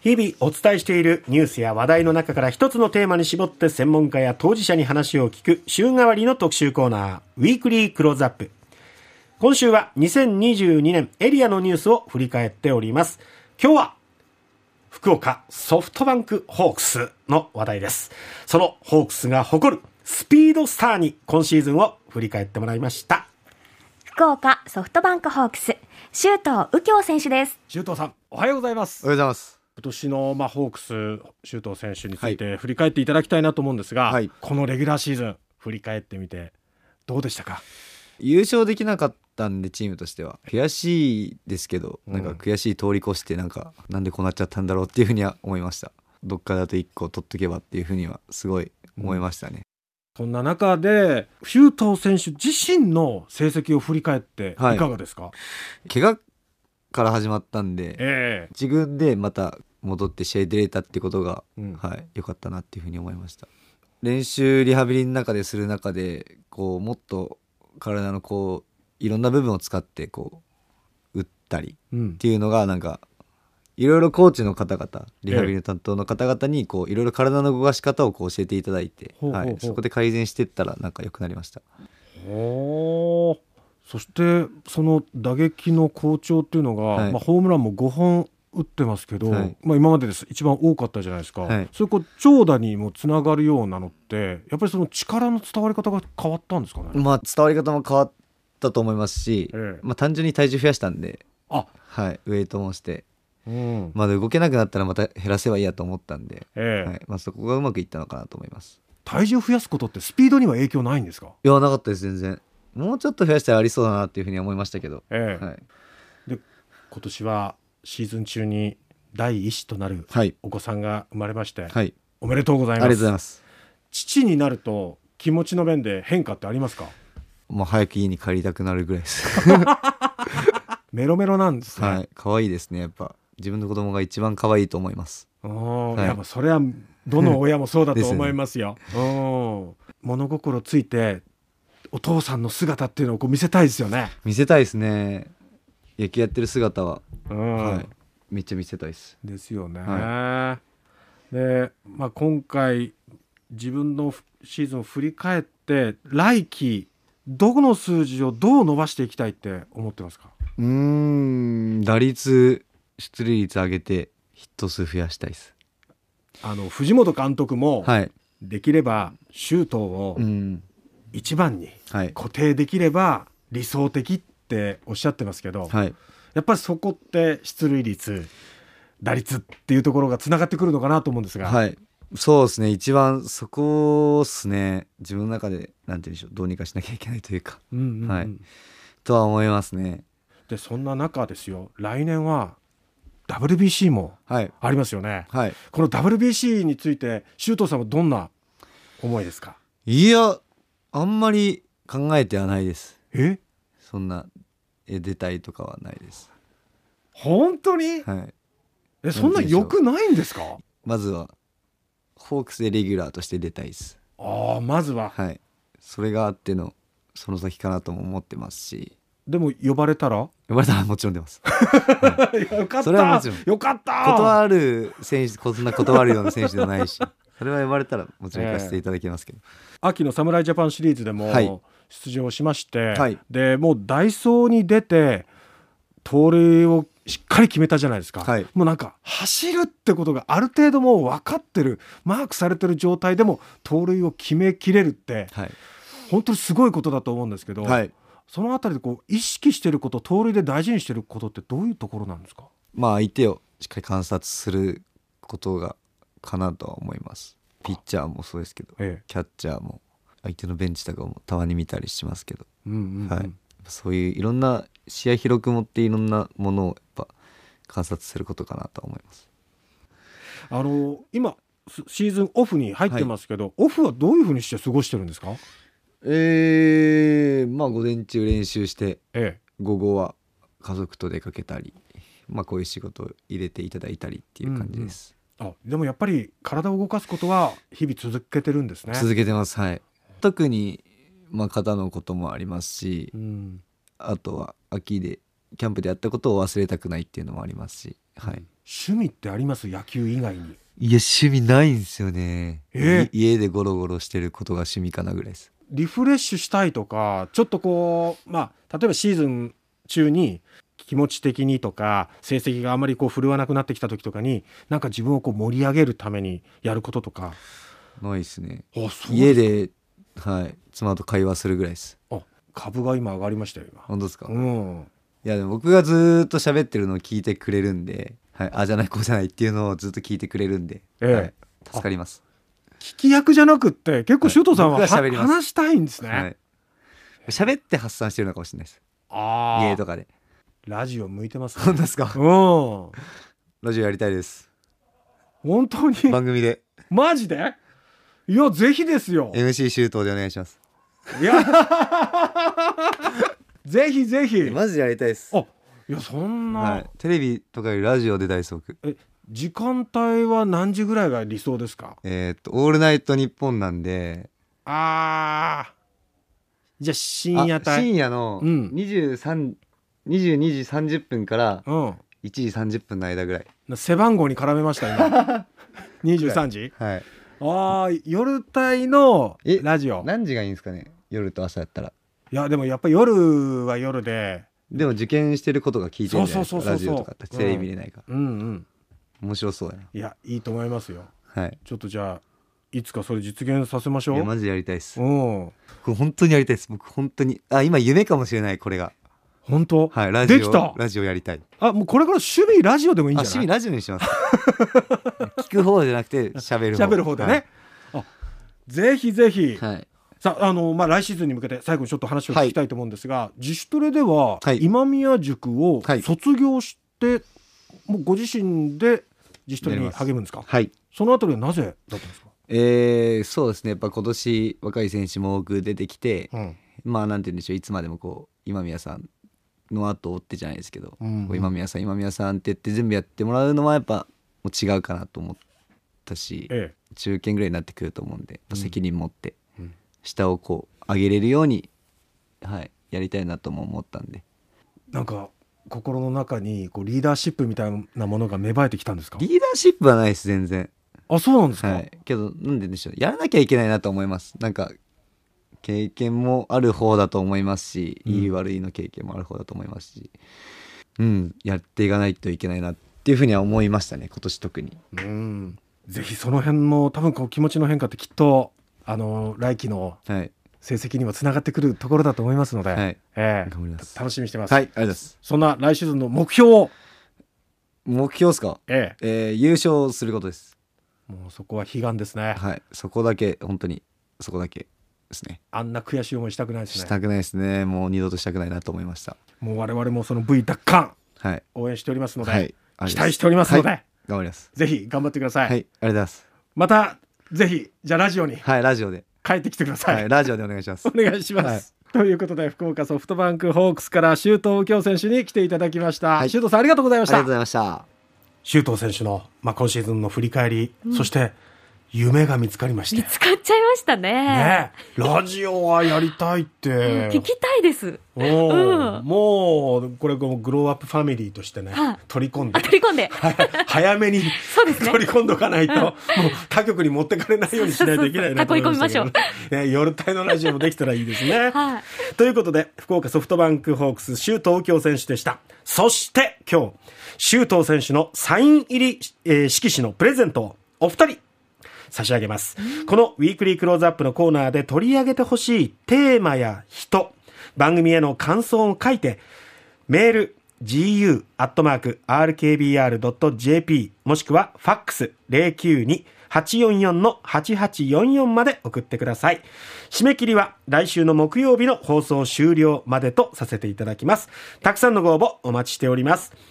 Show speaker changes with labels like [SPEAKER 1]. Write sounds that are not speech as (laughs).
[SPEAKER 1] 日々お伝えしているニュースや話題の中から一つのテーマに絞って専門家や当事者に話を聞く週替わりの特集コーナー、ウィークリークローズアップ。今週は2022年エリアのニュースを振り返っております。今日は福岡ソフトバンクホークスの話題です。そのホークスが誇るスピードスターに今シーズンを振り返ってもらいました。
[SPEAKER 2] 福岡ソフトバンクホークス、周東右京選手です。
[SPEAKER 1] 周東さん、おはようございます。
[SPEAKER 3] おはようございます。
[SPEAKER 1] 今年のまあホークス周東選手について振り返っていただきたいなと思うんですが、はい、このレギュラーシーズン振り返ってみてどうでしたか。
[SPEAKER 3] 優勝できなかったんでチームとしては悔しいですけど、うん、なんか悔しい通り越してなんかなんでこうなっちゃったんだろうっていうふうには思いましたどっかだと1個取っとけばっていうふうにはすごい思いましたね、、
[SPEAKER 1] うん、そんな中で周東選手自身の成績を振り返っていかがですか、はい
[SPEAKER 3] 怪我から始まったんで、えー、自分でまた戻って試合出れたってことが、うん、はい、よかったなっていうふうに思いました練習リハビリの中でする中でこうもっと体のこういろんな部分を使ってこう打ったりっていうのがなんか、いろいろコーチの方々リハビリの担当の方々にこういろいろ体の動かし方をこう教えていただいて、はい、そこで改善していったらなんか良くなりました。
[SPEAKER 1] そしてその打撃の好調っていうのが、はい、まあ、ホームランも5本打ってますけど、はい、まあ、今までです一番多かったじゃないですか、はい、それこう長打にもつながるようなのってやっぱりその力の伝わり方が変わったんですかね、
[SPEAKER 3] まあ、伝わり方も変わったと思いますし、ええ、まあ、単純に体重増やしたんであ、はい、ウエイトもして、うん、まあ、動けなくなったらまた減らせばいいやと思ったんで、え、はいまあ、そこがうまくいったのかなと思います
[SPEAKER 1] 体重増やすことってスピードには影響ないんですか
[SPEAKER 3] いやなかったです全然もうちょっと増やしたらありそうだなっていうふうに思いましたけど、
[SPEAKER 1] はい、で今年はシーズン中に第一子となるお子さんが生まれまして、はい、おめでとうございます。
[SPEAKER 3] ありがとうございます。
[SPEAKER 1] 父になると気持ちの面で変化ってありますか？
[SPEAKER 3] もう早く家に帰りたくなるぐらいです。
[SPEAKER 1] メロメロなんですね。
[SPEAKER 3] はい、可愛いですね。やっぱ自分の子供が一番可愛いと思います。
[SPEAKER 1] はい、やっぱそれはどの親もそうだと思いますよ。すね、物心ついてお父さんの姿っていうのをこう見せたいですよね。
[SPEAKER 3] 見せたいですね。野球やってる姿は、うんはい、めっちゃ見せたいです。
[SPEAKER 1] ですよね。はい、で、まあ、今回自分のシーズンを振り返って来季どこの数字をどう伸ばしていきたいって思ってますか
[SPEAKER 3] うん打率出塁率上げてヒット数増やしたいです
[SPEAKER 1] あの藤本監督も、はい、できればシュートを一番に固定できれば理想的ってっておっしゃってますけど、はい、やっぱりそこって出塁率打率っていうところがつながってくるのかなと思うんですが、
[SPEAKER 3] はい、そうですね一番そこですね自分の中でなんて言うんでしょうどうにかしなきゃいけないというか、うんうんうん、はい、とは思いますね。
[SPEAKER 1] でそんな中ですよ来年は WBC もありますよね、はい、この WBC について周東さんはどんな思いですか
[SPEAKER 3] いやあんまり考えてはないです
[SPEAKER 1] え
[SPEAKER 3] そんな出たいとかはないです。
[SPEAKER 1] 本当に？
[SPEAKER 3] はい。
[SPEAKER 1] えそんな良くないんですか？
[SPEAKER 3] まずはホークスでレギュラーとして出たいです。
[SPEAKER 1] ああまずは。
[SPEAKER 3] はい。それがあってのその先かなとも思ってますし。
[SPEAKER 1] でも呼ばれ (laughs) たら？
[SPEAKER 3] 呼ばれたらもちろん出ます。
[SPEAKER 1] はい、よかった。それはもちろん。よかった。
[SPEAKER 3] 断る選手こんな断るような選手ではないし。それは呼ばれたらもちろん行かせていただきますけど、
[SPEAKER 1] えー、秋の侍ジャパンシリーズでも、はい、出場しまして、はい、でもうダイソーに出て盗塁をしっかり決めたじゃないですか、はい、もうなんか走るってことがある程度もう分かってるマークされてる状態でも盗塁を決めきれるって、はい、本当にすごいことだと思うんですけど、その辺りでこう意識してること盗塁で大事にしてることってどういうところなんですか、
[SPEAKER 3] まあ、相手をしっかり観察することがかなとは思いますピッチャーもそうですけど、ええ、キャッチャーも相手のベンチとかもたまに見たりしますけど、うんうんうん、はい、そういういろんな試合広く持っていろんなものをやっぱ観察することかなと思います。
[SPEAKER 1] あの今シーズンオフに入ってますけど、はい、オフはどういうふうにして過ごしてるんですか
[SPEAKER 3] えー、まあ午前中練習して、ええ、午後は家族と出かけたり、まあ、こういう仕事を入れていただいたりっていう感じです。
[SPEAKER 1] うんうん、あでもやっぱり体を動かすことは日々続けてるんですね
[SPEAKER 3] 続けてますはい特に、まあ、肩のこともありますし、うん、あとは秋でキャンプでやったことを忘れたくないっていうのもありますし、はい、うん、
[SPEAKER 1] 趣味ってあります野球以外に
[SPEAKER 3] いや趣味ないんですよね、
[SPEAKER 1] え
[SPEAKER 3] い家でゴロゴロしてることが趣味かなぐらいです
[SPEAKER 1] リフレッシュしたいとかちょっとこうまあ例えばシーズン中に気持ち的にとか成績があまりこう振るわなくなってきた時とかになんか自分をこう盛り上げるためにやることとか
[SPEAKER 3] ないですね
[SPEAKER 1] あそう
[SPEAKER 3] 家ではい妻と会話するぐらいです
[SPEAKER 1] あ株が今上がりましたよ今
[SPEAKER 3] 本当ですか、
[SPEAKER 1] う
[SPEAKER 3] い
[SPEAKER 1] ん
[SPEAKER 3] やでも僕がずーっと喋ってるのを聞いてくれるんで、はい、あじゃないこうじゃないっていうのをずっと聞いてくれるんで、
[SPEAKER 1] ええ
[SPEAKER 3] はい、助かります
[SPEAKER 1] 聞き役じゃなくって結構
[SPEAKER 3] はい
[SPEAKER 1] 周東さんは,、
[SPEAKER 3] 僕が喋ります
[SPEAKER 1] 話したいんですね、
[SPEAKER 3] はい喋って発散してるのかもしれないです
[SPEAKER 1] あ
[SPEAKER 3] 家
[SPEAKER 1] あ
[SPEAKER 3] とかで
[SPEAKER 1] ラジオ向いてます
[SPEAKER 3] 本
[SPEAKER 1] ね
[SPEAKER 3] 当ですか
[SPEAKER 1] うん本
[SPEAKER 3] ラジオやりたい
[SPEAKER 1] (laughs)
[SPEAKER 3] です
[SPEAKER 1] 当に
[SPEAKER 3] 番組
[SPEAKER 1] (laughs)
[SPEAKER 3] で
[SPEAKER 1] マジでいやぜひですよ
[SPEAKER 3] MC 周東でお願いします
[SPEAKER 1] いや (laughs) ぜひぜひ
[SPEAKER 3] マジでやりたいです、
[SPEAKER 1] あいやそんな、
[SPEAKER 3] はい、テレビとかよりラジオで大すごく
[SPEAKER 1] え時間帯は何時ぐらいが理想ですか
[SPEAKER 3] えーっと「オールナイトニッポン」なんで
[SPEAKER 1] ああじゃあ深夜帯
[SPEAKER 3] あ深夜の
[SPEAKER 1] うん
[SPEAKER 3] 23 22時30分から
[SPEAKER 1] うん
[SPEAKER 3] 1時30分の間ぐらい
[SPEAKER 1] な背番号に絡めました今
[SPEAKER 3] (laughs)
[SPEAKER 1] 23時
[SPEAKER 3] はい
[SPEAKER 1] ああ夜帯の
[SPEAKER 3] え
[SPEAKER 1] ラジオ
[SPEAKER 3] 何時がいいんですかね夜と朝やったら
[SPEAKER 1] いやでもやっぱ夜は夜で
[SPEAKER 3] でも受験してることが聞いてるんじゃないです
[SPEAKER 1] そうそうそ
[SPEAKER 3] かラ
[SPEAKER 1] うそう
[SPEAKER 3] ジオとかってテレビ見れないから、
[SPEAKER 1] うんうん
[SPEAKER 3] 面白そうやない
[SPEAKER 1] やいいと思いますよ
[SPEAKER 3] はい
[SPEAKER 1] ちょっとじゃあいつかそれ実現させましょ
[SPEAKER 3] いうやマジでやりたいです
[SPEAKER 1] うん
[SPEAKER 3] 僕本当にやりたいです僕本当にあ今夢かもしれないこれが
[SPEAKER 1] 本当、
[SPEAKER 3] はいラジオ
[SPEAKER 1] できた
[SPEAKER 3] ラジオやりたい
[SPEAKER 1] あもうこれから趣味ラジオでもいいん
[SPEAKER 3] あ
[SPEAKER 1] じゃな
[SPEAKER 3] 趣味ラ
[SPEAKER 1] い
[SPEAKER 3] ジオにします (laughs) 聞く方じゃなくて喋る方
[SPEAKER 1] 喋る方でね、あぜひぜひ、
[SPEAKER 3] はい、はい
[SPEAKER 1] さあの、まあ、来シーズンに向けて最後にちょっと話を聞きたいと思うんですが、自主トレでは、
[SPEAKER 3] はい
[SPEAKER 1] 今宮塾を
[SPEAKER 3] はい
[SPEAKER 1] 卒業して、もうご自身で自主トレ
[SPEAKER 3] や
[SPEAKER 1] に
[SPEAKER 3] ります
[SPEAKER 1] 励むんですか
[SPEAKER 3] はい
[SPEAKER 1] そのあたりはなぜだったんですか、
[SPEAKER 3] えーそうですねやっぱ今年若い選手も多く出てきて
[SPEAKER 1] うん
[SPEAKER 3] まあなんて言うんでしょういつまでもこう今宮さんの後を追ってじゃないですけど、
[SPEAKER 1] うん
[SPEAKER 3] こう今宮さん今宮さんって言って全部やってもらうのはやっぱもう違うかなと思ったし
[SPEAKER 1] ええ
[SPEAKER 3] 中堅ぐらいになってくると思うんでやっぱ責任持って
[SPEAKER 1] うん
[SPEAKER 3] 下をこう上げれるように、はい、やりたいなとも思ったんで
[SPEAKER 1] なんか心の中にこうリーダーシップみたいなものが芽生えてきたんですか
[SPEAKER 3] リーダーシップはないです全然
[SPEAKER 1] あそうなんですか、
[SPEAKER 3] はいけどなんで言うんでしょうやらなきゃいけないなと思いますなんか経験もある方だと思いますし、
[SPEAKER 1] うん
[SPEAKER 3] いい悪いの経験もある方だと思いますしうんやっていかないといけないなっていうふうには思いましたね今年特に
[SPEAKER 1] うんぜひその辺の多分こう気持ちの変化ってきっとあの来季の
[SPEAKER 3] はい
[SPEAKER 1] 成績にもつながってくるところだと思いますので、
[SPEAKER 3] はい
[SPEAKER 1] ええ
[SPEAKER 3] 頑張ります
[SPEAKER 1] 楽しみにしてます、
[SPEAKER 3] はいありがとうございます
[SPEAKER 1] そんな来シーズンの目標を、
[SPEAKER 3] 目標ですか
[SPEAKER 1] え
[SPEAKER 3] えー優勝することです
[SPEAKER 1] え、もうそこは悲願ですね、
[SPEAKER 3] はいそこだけ本当にそこだけですね
[SPEAKER 1] あんな悔しい思いしたくないです
[SPEAKER 3] し
[SPEAKER 1] ね
[SPEAKER 3] たくないですねもう二度としたくないなと思いました
[SPEAKER 1] もう我々もその V 奪還
[SPEAKER 3] はい
[SPEAKER 1] 応援しておりますので、
[SPEAKER 3] はい
[SPEAKER 1] 期待しておりますので、
[SPEAKER 3] はい頑張ります
[SPEAKER 1] ぜひ頑張ってください、
[SPEAKER 3] はいありがとうございます
[SPEAKER 1] またぜひじゃあラジオに
[SPEAKER 3] はいラジオで
[SPEAKER 1] 帰ってきてください、
[SPEAKER 3] はいラジオでお願いし
[SPEAKER 1] (laughs)
[SPEAKER 3] ます
[SPEAKER 1] お願いします、ということで福岡ソフトバンクホークスから周東右京選手に来ていただきました、
[SPEAKER 3] はい
[SPEAKER 1] 周東さんありがとうございま
[SPEAKER 3] あ
[SPEAKER 1] し
[SPEAKER 3] りがとう
[SPEAKER 1] た
[SPEAKER 3] ございました。
[SPEAKER 1] 周東選手の、まあ、今シーズンの振り返り、そして夢が見つかりまして
[SPEAKER 2] 見つかっちゃいましたね。
[SPEAKER 1] ねえ、ラジオはやりたいっ
[SPEAKER 2] うん
[SPEAKER 1] て。
[SPEAKER 2] (laughs) 聞きたい (laughs) です。
[SPEAKER 1] おー
[SPEAKER 2] うん
[SPEAKER 1] もう、これ、グローアップファミリーとしてね、
[SPEAKER 2] はい
[SPEAKER 1] 取り込んで
[SPEAKER 2] あ、、取り込 (laughs) んで。
[SPEAKER 1] はい (laughs) 早めに
[SPEAKER 2] そうですね
[SPEAKER 1] 取り込んどかないと、もう他局に持ってかれないようにしないといけないなと思い
[SPEAKER 2] (laughs)
[SPEAKER 1] ましたけどね
[SPEAKER 2] そう
[SPEAKER 1] ね夜帯のラジオもできたらいいですね。
[SPEAKER 2] はい。
[SPEAKER 1] ということで、福岡ソフトバンクホークス、周東京選手でした。そして今日、周東選手のサイン入り、えー色紙のプレゼントをお二人差し上げます。このウィークリークローズアップのコーナーで取り上げてほしいテーマや人、番組への感想を書いて、メール、gu.rkbr.jp もしくはファックス092-844-8844まで送ってください。締め切りは来週の木曜日の放送終了までとさせていただきます。たくさんのご応募お待ちしております。